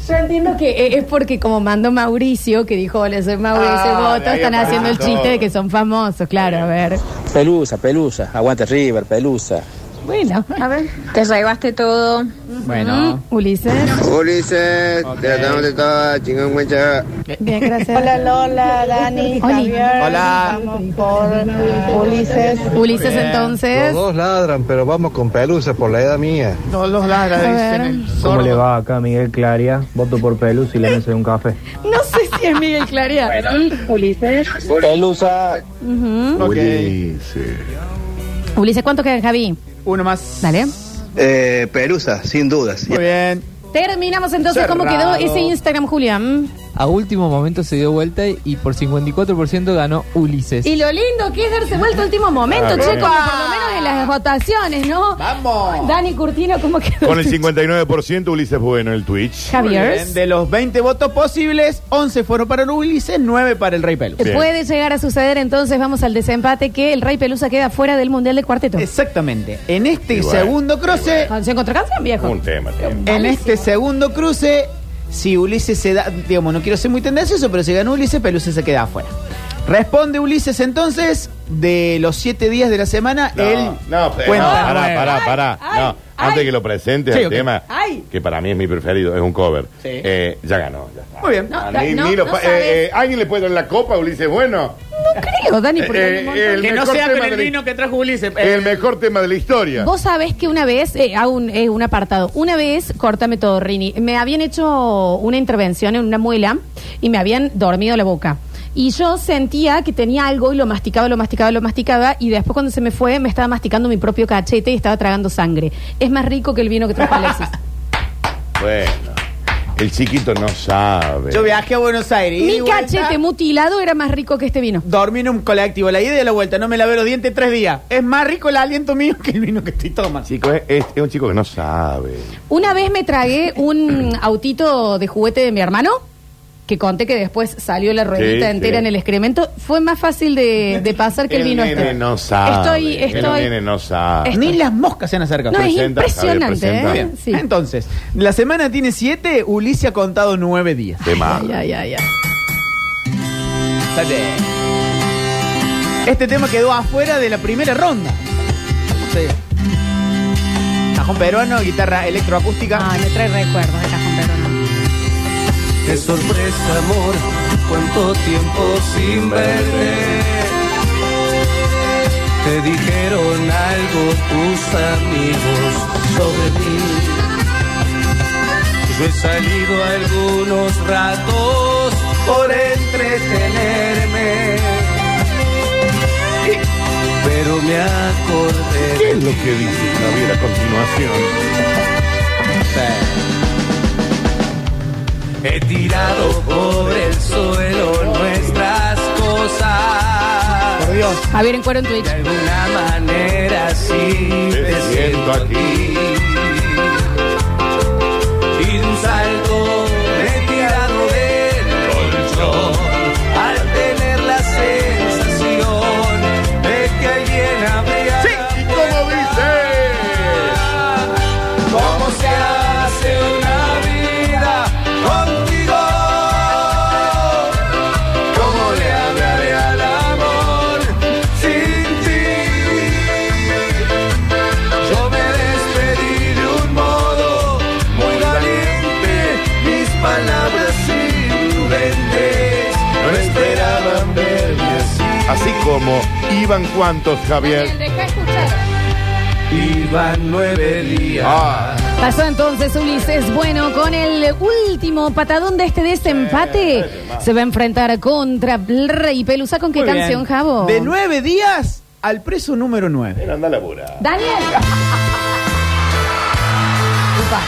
[SPEAKER 1] Yo entiendo que e- es porque como mandó Mauricio, que dijo, hola, soy Mauricio,
[SPEAKER 5] Ah,
[SPEAKER 1] voto,
[SPEAKER 5] de ahí
[SPEAKER 1] están
[SPEAKER 5] aparece
[SPEAKER 1] haciendo el
[SPEAKER 5] todo.
[SPEAKER 1] chiste de que son famosos, claro, a ver.
[SPEAKER 5] Pelusa, Pelusa, aguante River, Pelusa.
[SPEAKER 1] Bueno, a ver.
[SPEAKER 17] Te llevaste todo.
[SPEAKER 1] Mm.
[SPEAKER 11] Bueno.
[SPEAKER 1] Ulises.
[SPEAKER 16] Ulises, te damos de todo, chingón, mucha.
[SPEAKER 1] Bien, gracias.
[SPEAKER 18] Hola Lola, Dani, Javier.
[SPEAKER 2] Hola.
[SPEAKER 18] Vamos por eh, Ulises.
[SPEAKER 1] Ulises entonces.
[SPEAKER 19] Los dos ladran, pero vamos con pelusa por la edad mía.
[SPEAKER 2] Todos los ladras dicen el
[SPEAKER 20] ¿Cómo
[SPEAKER 2] sordo.
[SPEAKER 20] le va acá Miguel Claria? Voto por Pelus y le hace un café.
[SPEAKER 1] No sé si es Miguel Claria. Ulises.
[SPEAKER 5] Pelusa.
[SPEAKER 1] Ujú.
[SPEAKER 2] ¿Mm? Ok.
[SPEAKER 3] Ulises.
[SPEAKER 1] Ulises, ¿cuánto quedan, Javi?
[SPEAKER 2] Uno más.
[SPEAKER 1] Dale.
[SPEAKER 16] Eh, pelusa, sin dudas.
[SPEAKER 2] Muy bien.
[SPEAKER 1] Terminamos entonces cómo quedó
[SPEAKER 16] Cerrado.
[SPEAKER 1] ese Instagram, Mm. Julián.
[SPEAKER 11] A último momento se dio vuelta y, y por 54% ganó Ulises.
[SPEAKER 1] Y lo lindo que es darse vuelta último momento,
[SPEAKER 11] Ah,
[SPEAKER 1] chicos,
[SPEAKER 11] bueno.
[SPEAKER 1] por lo menos en
[SPEAKER 3] Ah.
[SPEAKER 1] las votaciones, ¿no? Vamos. Dani Curtino, ¿cómo quedó?
[SPEAKER 3] Con el 59% Ulises Bueno en el Twitch.
[SPEAKER 1] Javier.
[SPEAKER 2] Muy bien, De los 20 votos posibles, 11 fueron para el Ulises, 9 para el Rey Pelus.
[SPEAKER 1] Puede llegar a suceder entonces, vamos al desempate, que el Rey Pelusa queda fuera del Mundial de Cuarteto.
[SPEAKER 2] Exactamente. En este
[SPEAKER 1] Y bueno,
[SPEAKER 2] segundo cruce.
[SPEAKER 1] ¿Canción contra canción, viejo?
[SPEAKER 3] Un tema. tema.
[SPEAKER 2] En este segundo cruce, si Ulises se da. Digamos, no quiero ser muy tendencioso, pero si ganó Ulises, Pelusa se queda afuera. Responde Ulises entonces, de los 7 días de la semana,
[SPEAKER 3] No,
[SPEAKER 2] él
[SPEAKER 3] no, pe-
[SPEAKER 2] cuenta. Ah,
[SPEAKER 3] no, pará, pará, pará. No, antes que lo presentes
[SPEAKER 2] Sí,
[SPEAKER 3] el
[SPEAKER 2] ok.
[SPEAKER 3] tema,
[SPEAKER 2] Ay.
[SPEAKER 3] que para mí es mi preferido, es un cover.
[SPEAKER 2] Sí.
[SPEAKER 3] Eh, ya ganó. ya.
[SPEAKER 2] Muy bien.
[SPEAKER 3] Ah, ni- ni lo pa- eh, eh, ¿Alguien le puede dar la copa a Ulises Bueno?
[SPEAKER 1] No creo, Dani, porque
[SPEAKER 3] Eh,
[SPEAKER 1] hay un montón.
[SPEAKER 3] el
[SPEAKER 2] que no
[SPEAKER 3] mejor
[SPEAKER 2] sea
[SPEAKER 3] tema
[SPEAKER 2] con el
[SPEAKER 3] de la-
[SPEAKER 2] vino que trajo Ulises. eh,
[SPEAKER 3] El mejor tema de la historia.
[SPEAKER 1] Vos sabés que una vez, eh, hago un, eh, un apartado, una vez, cortame todo, Rini, me habían hecho una intervención en una muela y me habían dormido la boca. Y yo sentía que tenía algo y lo masticaba, lo masticaba, lo masticaba y después cuando se me fue me estaba masticando mi propio cachete y estaba tragando sangre. Es más rico que el vino que trajo Alexis.
[SPEAKER 3] Bueno, el chiquito no sabe.
[SPEAKER 2] Yo viajé a Buenos Aires. ida
[SPEAKER 1] mi
[SPEAKER 2] y vuelta,
[SPEAKER 1] cachete mutilado era más rico que este vino.
[SPEAKER 2] Dormí en un colectivo, la ida y la vuelta, no me lavé los dientes tres días. Es más rico el aliento mío que el vino que estoy tomando.
[SPEAKER 3] Chico, es, es- es un chico que no sabe.
[SPEAKER 1] Una vez me tragué un autito de juguete de mi hermano, que conté que después salió la ruedita
[SPEAKER 3] Sí,
[SPEAKER 1] entera
[SPEAKER 3] sí.
[SPEAKER 1] en el excremento. Fue más fácil de, de pasar que el, vino
[SPEAKER 3] nene
[SPEAKER 1] este.
[SPEAKER 3] no sabe.
[SPEAKER 1] Estoy- estoy-
[SPEAKER 3] El nene no sabe.
[SPEAKER 1] Estoy-
[SPEAKER 2] Ni las moscas se han acercado.
[SPEAKER 1] No, es
[SPEAKER 3] Presenta, Javier,
[SPEAKER 1] impresionante,
[SPEAKER 3] presenta.
[SPEAKER 1] ¿eh?
[SPEAKER 3] Bien.
[SPEAKER 1] Sí.
[SPEAKER 2] Entonces, la semana tiene siete, Ulises ha contado nueve días.
[SPEAKER 3] Tema.
[SPEAKER 1] Ay, ay, ay, ay.
[SPEAKER 2] Este tema quedó afuera de la primera ronda. Sí. Cajón peruano, guitarra electroacústica.
[SPEAKER 1] Ah, me trae recuerdos de cajón peruano.
[SPEAKER 4] Qué sorpresa, amor, cuánto tiempo sin verte. Te dijeron algo tus amigos sobre mí. Yo he salido algunos ratos por entretenerme. Pero me acordé.
[SPEAKER 3] ¿Qué es lo que dice Javier a continuación?
[SPEAKER 4] He tirado por el suelo nuestras cosas.
[SPEAKER 2] Por Dios.
[SPEAKER 1] Javier en cuero en Twitch.
[SPEAKER 4] De alguna manera sí te siento aquí. Y de un salto me he tirado del colchón al tener la sensación de que alguien habría. Sí, y como dice. ¿Cómo se hace una vida contigo? ¿Cómo le hablaré al amor sin ti? Yo me despedí de un modo muy valiente, mis palabras imprudentes no esperaban verme así.
[SPEAKER 3] Así como iban cuantos, Javier.
[SPEAKER 1] Deja escuchar.
[SPEAKER 4] Iban nueve días.
[SPEAKER 1] Pasó entonces Ulises Bueno con el último patadón de este desempate. Se va a enfrentar contra el Rey Pelusa. ¿Con qué
[SPEAKER 2] Muy bien.
[SPEAKER 1] canción, Javo?
[SPEAKER 2] De nueve días al preso número nueve.
[SPEAKER 3] Anda a laburar.
[SPEAKER 1] Daniel. Upa.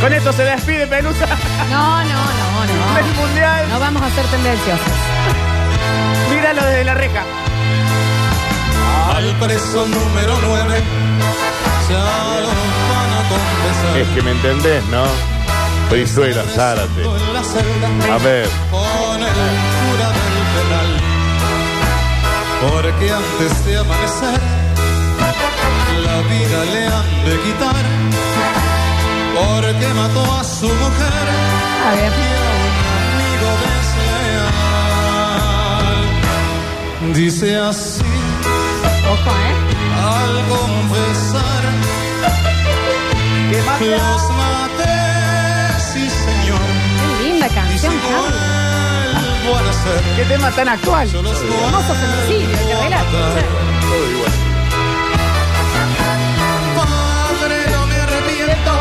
[SPEAKER 2] Con esto se despide Pelusa.
[SPEAKER 1] No, no, no, no.
[SPEAKER 2] Del mundial.
[SPEAKER 1] No vamos a ser tendenciosos.
[SPEAKER 2] Míralo desde la reja.
[SPEAKER 12] Al preso número 9 ya lo van a confesar.
[SPEAKER 3] Es que me entendés, ¿no? Brizuela, Eh, Zárate.
[SPEAKER 12] En la celda
[SPEAKER 3] A ver.
[SPEAKER 12] con el cura del penal. Porque antes de amanecer, la vida le han de quitar. Porque mató a su mujer
[SPEAKER 1] A ver.
[SPEAKER 12] y a un amigo desleal. Dice así.
[SPEAKER 1] ¿eh?
[SPEAKER 12] Al confesar que los maté, sí señor.
[SPEAKER 1] Qué linda canción, Javo.
[SPEAKER 2] Qué tema tan actual.
[SPEAKER 1] Hermoso femicidio, hay que bailar.
[SPEAKER 12] Padre, no me arrepiento.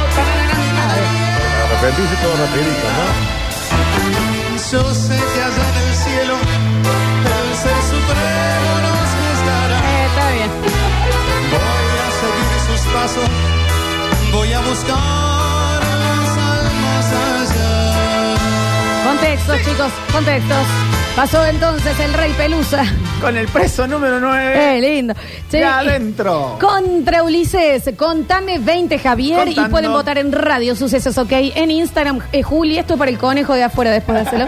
[SPEAKER 3] Arrepentirse todo rapidito, ¿no?
[SPEAKER 12] Yo sé que allá en el cielo el ser supremo nos juzgará.
[SPEAKER 1] Eh, está bien.
[SPEAKER 12] Voy a seguir sus pasos.
[SPEAKER 4] Voy a buscar las almas allá.
[SPEAKER 1] Contextos, chicos, contextos. Pasó entonces el Rey Pelusa.
[SPEAKER 2] Con el preso número 9.
[SPEAKER 1] Eh, lindo. Che,
[SPEAKER 2] Eh. Ya
[SPEAKER 1] y-
[SPEAKER 2] adentro.
[SPEAKER 1] Contra Ulises, contame 20 Javier y
[SPEAKER 2] Contando.
[SPEAKER 1] pueden votar en Radio Sucesos, ok, en Instagram, eh, Juli, esto para el conejo de afuera después de hacerlo,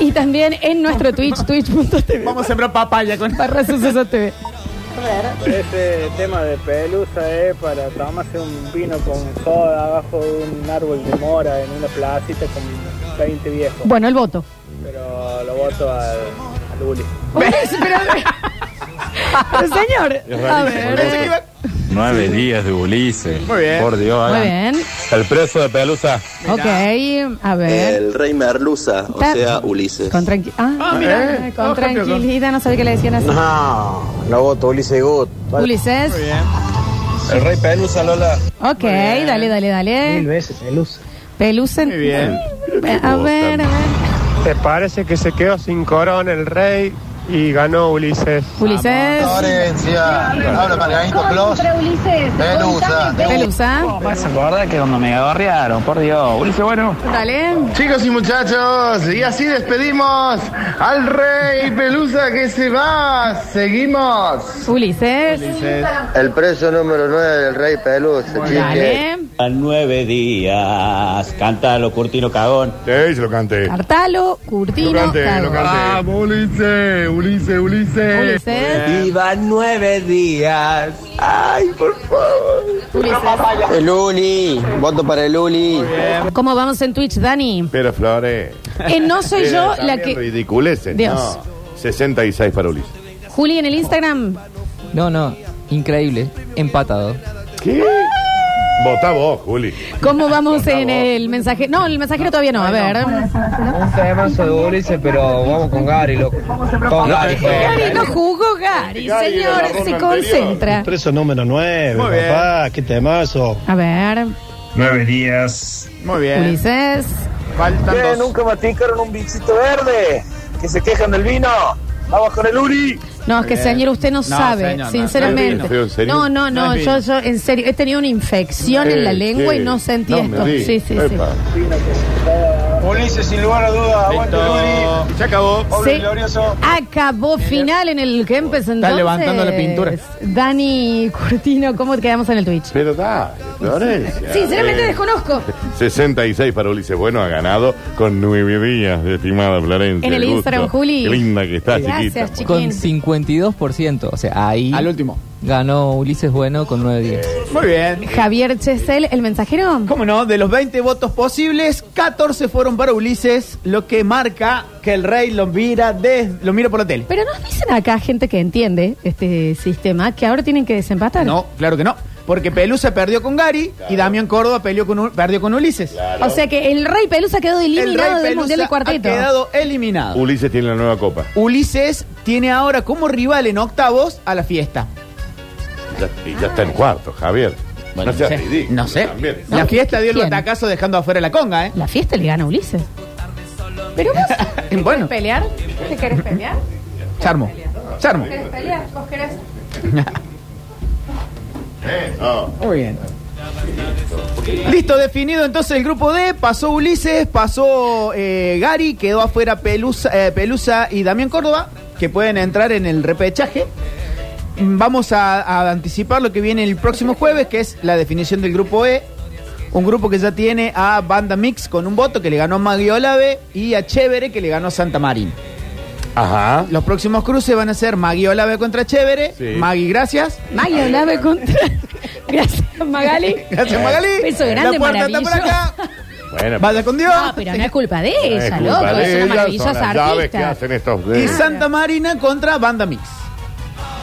[SPEAKER 1] y también en nuestro Twitch, twitch.tv.
[SPEAKER 2] Vamos a sembrar papaya con
[SPEAKER 1] barra Sucesos TV.
[SPEAKER 5] Este tema de pelusa es para tomarse un vino con soda abajo de un árbol de mora en una placita con 20 viejos.
[SPEAKER 1] Bueno, el voto.
[SPEAKER 5] Pero lo voto al, al Uli.
[SPEAKER 1] Pero, pero, señor,
[SPEAKER 5] Es
[SPEAKER 1] a
[SPEAKER 5] rarísimo,
[SPEAKER 1] ver.
[SPEAKER 5] ¿no?
[SPEAKER 1] eh,
[SPEAKER 17] Nueve días de Ulises.
[SPEAKER 2] Muy bien.
[SPEAKER 17] Por Dios,
[SPEAKER 1] Muy
[SPEAKER 17] hagan.
[SPEAKER 1] bien.
[SPEAKER 17] El preso de Pelusa.
[SPEAKER 1] Ok, a ver.
[SPEAKER 21] El rey Merluza, o
[SPEAKER 1] Ta-
[SPEAKER 21] sea, Ulises.
[SPEAKER 1] Con, tranqui- ah,
[SPEAKER 2] Ah, mira.
[SPEAKER 1] ah, con
[SPEAKER 2] Ojo, piojo.
[SPEAKER 1] tranquilidad, no sabía que le decían así.
[SPEAKER 19] No, lo Ah, voto Ulises Good.
[SPEAKER 1] Ulises.
[SPEAKER 19] El rey Pelusa, Lola.
[SPEAKER 1] Ok,
[SPEAKER 19] bien.
[SPEAKER 1] dale, dale, dale.
[SPEAKER 19] Mil veces, Pelusa.
[SPEAKER 1] Pelusa.
[SPEAKER 19] Muy bien.
[SPEAKER 1] A ver, a ver.
[SPEAKER 22] ¿Te parece que se quedó sin corón el rey y ganó Ulises?
[SPEAKER 1] Ulises.
[SPEAKER 9] Florencia, habla Margarito Clos.
[SPEAKER 1] Ulises.
[SPEAKER 9] Pelusa.
[SPEAKER 1] Pelusa.
[SPEAKER 9] ¿Se acuerda que cuando me gorrearon? Por Dios, Ulises, bueno.
[SPEAKER 1] Dale.
[SPEAKER 9] Chicos y muchachos, y así despedimos al rey Pelusa que se va. Seguimos.
[SPEAKER 1] Ulises.
[SPEAKER 23] El preso número 9 del Rey Peluz.
[SPEAKER 1] Dale.
[SPEAKER 17] A nueve días. Cántalo, Curtino Cagón.
[SPEAKER 3] Sí, se lo cante.
[SPEAKER 1] Cartalo, Curtino. Carlos.
[SPEAKER 17] Ulises, Ulises, Ulises.
[SPEAKER 1] Ulises.
[SPEAKER 17] Iban nueve días. Ay, por favor.
[SPEAKER 23] El Uli, voto para el Uli.
[SPEAKER 1] ¿Cómo vamos en Twitch, Dani?
[SPEAKER 3] Pero Flores.
[SPEAKER 1] Eh, no soy
[SPEAKER 3] Eh,
[SPEAKER 1] yo
[SPEAKER 3] también
[SPEAKER 1] la que-
[SPEAKER 3] ridiculeces,
[SPEAKER 1] Dios.
[SPEAKER 3] no. 66 para Ulises.
[SPEAKER 1] Juli en el Instagram.
[SPEAKER 11] No, no, increíble. Empatado.
[SPEAKER 3] ¿Qué?
[SPEAKER 1] Ah.
[SPEAKER 3] Votá vos, Juli.
[SPEAKER 1] ¿Cómo vamos en el mensaje? No, el mensajero todavía no. A ver.
[SPEAKER 20] Un temazo de Ulises, pero vamos con Gary, loco. Con Gary.
[SPEAKER 1] Gary no jugó, Gary. Señor, se concentra.
[SPEAKER 19] Preso número 9,
[SPEAKER 1] Muy bien.
[SPEAKER 19] papá, qué temazo.
[SPEAKER 1] A ver.
[SPEAKER 19] Nueve días.
[SPEAKER 2] Muy
[SPEAKER 1] Ulises.
[SPEAKER 2] Faltan
[SPEAKER 5] ¿Qué?
[SPEAKER 2] dos.
[SPEAKER 5] ¿Nunca masticaron un bichito verde? ¿Que se quejan del vino? ¡Vamos con el Uri!
[SPEAKER 1] No, es que señor, usted no, sabe,
[SPEAKER 3] señor, no.
[SPEAKER 1] sinceramente.
[SPEAKER 3] ¿No es vino? ¿En serio?
[SPEAKER 1] No, no, no,
[SPEAKER 3] No es
[SPEAKER 1] yo,
[SPEAKER 3] vino.
[SPEAKER 1] yo en serio he tenido una infección
[SPEAKER 3] Eh,
[SPEAKER 1] en la lengua y no
[SPEAKER 3] ¿qué?
[SPEAKER 1] sentí
[SPEAKER 3] No me
[SPEAKER 1] esto.
[SPEAKER 3] digas.
[SPEAKER 1] Sí, sí, sí.
[SPEAKER 3] Epa.
[SPEAKER 19] Ulises, sin lugar a dudas, aguante el Uli.
[SPEAKER 2] Se acabó.
[SPEAKER 1] Sí. Acabó final en el que empezó entonces.
[SPEAKER 2] levantando la pintura.
[SPEAKER 1] Dani Curtino, ¿cómo quedamos en el Twitch?
[SPEAKER 3] Pero da, Florencia.
[SPEAKER 1] Sinceramente
[SPEAKER 3] Eh,
[SPEAKER 1] desconozco.
[SPEAKER 3] 66 para Ulises Bueno ha ganado con nueve días, estimada Florencia.
[SPEAKER 1] En el
[SPEAKER 3] gusto.
[SPEAKER 1] Instagram, Juli.
[SPEAKER 3] Qué linda que está, chiquita.
[SPEAKER 1] Gracias,
[SPEAKER 11] Con
[SPEAKER 1] chiquín.
[SPEAKER 11] 52%. O sea, ahí. Al último. Ganó Ulises Bueno con nueve días.
[SPEAKER 2] Muy bien.
[SPEAKER 1] Javier Chesel, el mensajero.
[SPEAKER 2] ¿Cómo no? De los 20 votos posibles, 14 fueron para Ulises, lo que marca que el rey lo mira, des- lo mira por la tele.
[SPEAKER 1] Pero nos dicen acá gente que entiende este sistema que ahora tienen que desempatar.
[SPEAKER 2] No, claro que no. Porque Pelusa perdió con Gary y Damián Córdoba peleó con, U- perdió con Ulises.
[SPEAKER 1] O sea que el Rey Pelusa quedó
[SPEAKER 2] el rey
[SPEAKER 1] eliminado del
[SPEAKER 2] Pelusa
[SPEAKER 1] Mundial de Cuarteto.
[SPEAKER 2] ha quedado eliminado.
[SPEAKER 3] Ulises tiene la nueva copa.
[SPEAKER 2] Ulises tiene ahora como rival en octavos a la fiesta.
[SPEAKER 3] Ya- y ya está en cuarto, Javier. no seas
[SPEAKER 2] no sé.
[SPEAKER 3] ridículo.
[SPEAKER 2] No sé.
[SPEAKER 3] También.
[SPEAKER 2] La fiesta dio el
[SPEAKER 1] ¿Quién?
[SPEAKER 2] batacazo dejando afuera la conga, ¿eh?
[SPEAKER 1] La fiesta le gana a Ulises. Pero vos, ¿te
[SPEAKER 2] Bueno.
[SPEAKER 1] querés pelear? ¿Te querés pelear?
[SPEAKER 2] Charmo. Charmo.
[SPEAKER 1] ¿Querés pelear? ¿Vos querés?
[SPEAKER 3] Eh, no.
[SPEAKER 2] Muy bien. Listo, definido entonces el grupo D. Pasó Ulises, pasó eh, Gary, quedó afuera Pelusa, eh, Pelusa y Damián Córdoba, que pueden entrar en el repechaje. Vamos a, a anticipar lo que viene el próximo jueves, que es la definición del grupo E. Un grupo que ya tiene a Banda Mix con un voto que le ganó a Maggie Olave y a Chévere que le ganó a Santa Marín.
[SPEAKER 3] Ajá.
[SPEAKER 2] Los próximos cruces van a ser Maggie Olave contra Chévere.
[SPEAKER 3] Sí.
[SPEAKER 2] Maggie, gracias.
[SPEAKER 1] Maggie Olave contra... Gracias, Magali.
[SPEAKER 2] Gracias, Magali.
[SPEAKER 1] Beso
[SPEAKER 2] La
[SPEAKER 1] grande,
[SPEAKER 2] puerta está por
[SPEAKER 1] maravilloso.
[SPEAKER 2] acá.
[SPEAKER 3] Bueno,
[SPEAKER 2] Vaya con Dios.
[SPEAKER 1] No, pero no es culpa de
[SPEAKER 3] no es
[SPEAKER 1] ella,
[SPEAKER 3] culpa
[SPEAKER 1] loco.
[SPEAKER 3] de
[SPEAKER 1] es
[SPEAKER 3] ellas,
[SPEAKER 1] una
[SPEAKER 3] son
[SPEAKER 1] maravillosa
[SPEAKER 3] las llaves que
[SPEAKER 1] artista.
[SPEAKER 3] hacen estos
[SPEAKER 2] Y
[SPEAKER 3] dedos.
[SPEAKER 2] Santa Marina contra Banda Mix.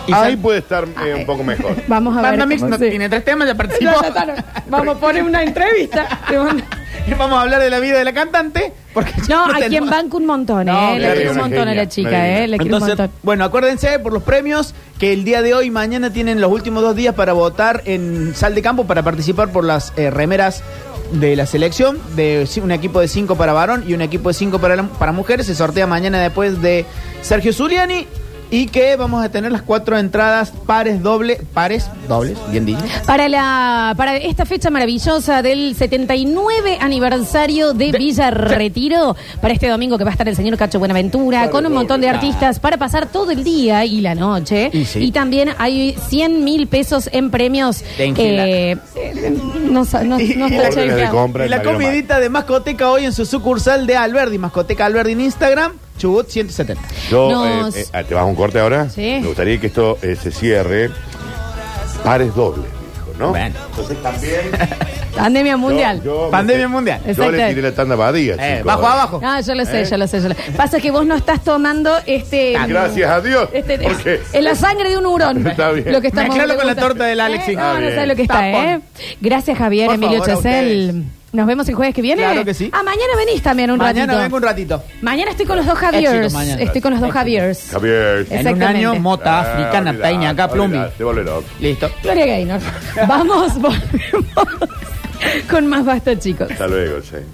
[SPEAKER 3] Y Ahí puede estar eh, un poco mejor.
[SPEAKER 1] Vamos a ver.
[SPEAKER 2] Banda Mix
[SPEAKER 1] cómo
[SPEAKER 2] no
[SPEAKER 1] se-
[SPEAKER 2] tiene tres temas, ya participó.
[SPEAKER 1] Ya, ya está, no. Vamos a poner una entrevista. Te mando-
[SPEAKER 2] Vamos a hablar de la vida de la cantante. Porque
[SPEAKER 1] No,
[SPEAKER 2] ya
[SPEAKER 1] a
[SPEAKER 2] tenemos-
[SPEAKER 1] quien banco un montón, ¿eh?
[SPEAKER 2] No,
[SPEAKER 1] le
[SPEAKER 2] claro,
[SPEAKER 1] quiero un
[SPEAKER 2] una
[SPEAKER 1] montón a
[SPEAKER 2] genia,
[SPEAKER 1] la chica, ¿eh? Le quiero un
[SPEAKER 2] Entonces,
[SPEAKER 1] montón.
[SPEAKER 2] bueno, acuérdense por los premios que el día de hoy y mañana tienen los últimos dos días para votar en Sal de Campo para participar por las eh, remeras de la selección, de ci- un equipo de cinco para varón y un equipo de cinco para, la- para mujeres. Se sortea mañana después de Sergio Zuliani. Y que vamos a tener las cuatro entradas pares doble, pares dobles, bien dicho.
[SPEAKER 1] Para, la, para esta fecha maravillosa del 79 aniversario de, Villa Retiro, para este domingo que va a estar el señor Cacho Buenaventura, con un montón de artistas, para pasar todo el día y la noche. Y,
[SPEAKER 2] Y sí.
[SPEAKER 1] también hay 100 mil pesos en premios.
[SPEAKER 2] De Ángela.
[SPEAKER 1] eh, eh, no sa- no- no está
[SPEAKER 3] órdenes de
[SPEAKER 1] chequeado.
[SPEAKER 3] compra
[SPEAKER 2] Y
[SPEAKER 3] en
[SPEAKER 2] la
[SPEAKER 3] Mariano Mar.
[SPEAKER 2] comidita de Mascoteca hoy en su sucursal de Alberdi. Mascoteca Alberdi en Instagram, Chubut 170.
[SPEAKER 3] Yo,
[SPEAKER 2] Nos-
[SPEAKER 3] eh, eh, ¿Te vas a un corte ahora?
[SPEAKER 2] Sí.
[SPEAKER 3] Me gustaría que esto eh, se cierre. Pares dobles, dijo, ¿no? Entonces también.
[SPEAKER 1] Pandemia mundial.
[SPEAKER 2] Pandemia mundial.
[SPEAKER 3] Yo le
[SPEAKER 1] Exacto.
[SPEAKER 3] tiré la tanda badía.
[SPEAKER 2] Eh,
[SPEAKER 3] chicos.
[SPEAKER 2] bajo abajo.
[SPEAKER 1] Ah, yo lo sé,
[SPEAKER 3] ¿Eh?
[SPEAKER 1] yo lo sé, yo lo Pasa que vos no estás tomando este.
[SPEAKER 3] Gracias a Dios.
[SPEAKER 1] Este-
[SPEAKER 3] ¿Por qué?
[SPEAKER 1] Es la sangre de un hurón.
[SPEAKER 3] Está bien.
[SPEAKER 1] Lo que estamos
[SPEAKER 2] Mezclalo con la
[SPEAKER 1] preguntando.
[SPEAKER 2] torta del Alexis.
[SPEAKER 1] Eh, no,
[SPEAKER 2] Está
[SPEAKER 1] no
[SPEAKER 2] bien.
[SPEAKER 1] sabe lo que está,
[SPEAKER 2] Tapón.
[SPEAKER 1] ¿eh? Gracias, Javier,
[SPEAKER 2] Por
[SPEAKER 1] Emilio
[SPEAKER 2] favor, a
[SPEAKER 1] Chesel. Nos vemos el jueves que viene.
[SPEAKER 2] Claro que sí.
[SPEAKER 1] Ah, mañana venís también un
[SPEAKER 2] Mañana
[SPEAKER 1] ratito.
[SPEAKER 2] vengo un ratito.
[SPEAKER 1] Mañana estoy con los dos Javiers.
[SPEAKER 2] Éxito mañana.
[SPEAKER 1] Estoy con los dos Javiers.
[SPEAKER 3] Javier. Ah,
[SPEAKER 1] En un año,
[SPEAKER 2] mota africana, taña, acá, plumbi.
[SPEAKER 3] Devuélvelo.
[SPEAKER 2] Listo.
[SPEAKER 1] Gloria Gaynor. Vamos, volvemos con más basta, chicos.
[SPEAKER 3] Hasta luego, che.